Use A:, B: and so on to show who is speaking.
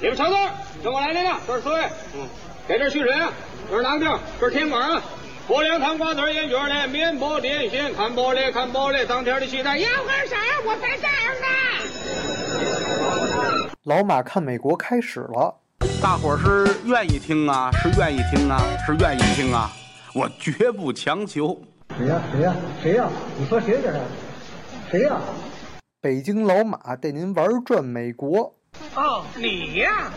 A: 你们长队儿跟我来力量，这是四位。嗯，给这儿蓄水啊，这是囊定，这是天管啊。薄凉糖瓜子儿烟卷儿嘞，面包点心，看包嘞，看包嘞，当天的期待。要喝啥？我在这儿呢。
B: 老马看美国开始了，
C: 大伙儿是愿意听啊，是愿意听啊，是愿意听啊，我绝不强求。
D: 谁呀、谁呀、谁呀、你说谁这是？谁呀、
B: 北京老马带您玩转美国。
A: 哦，你呀、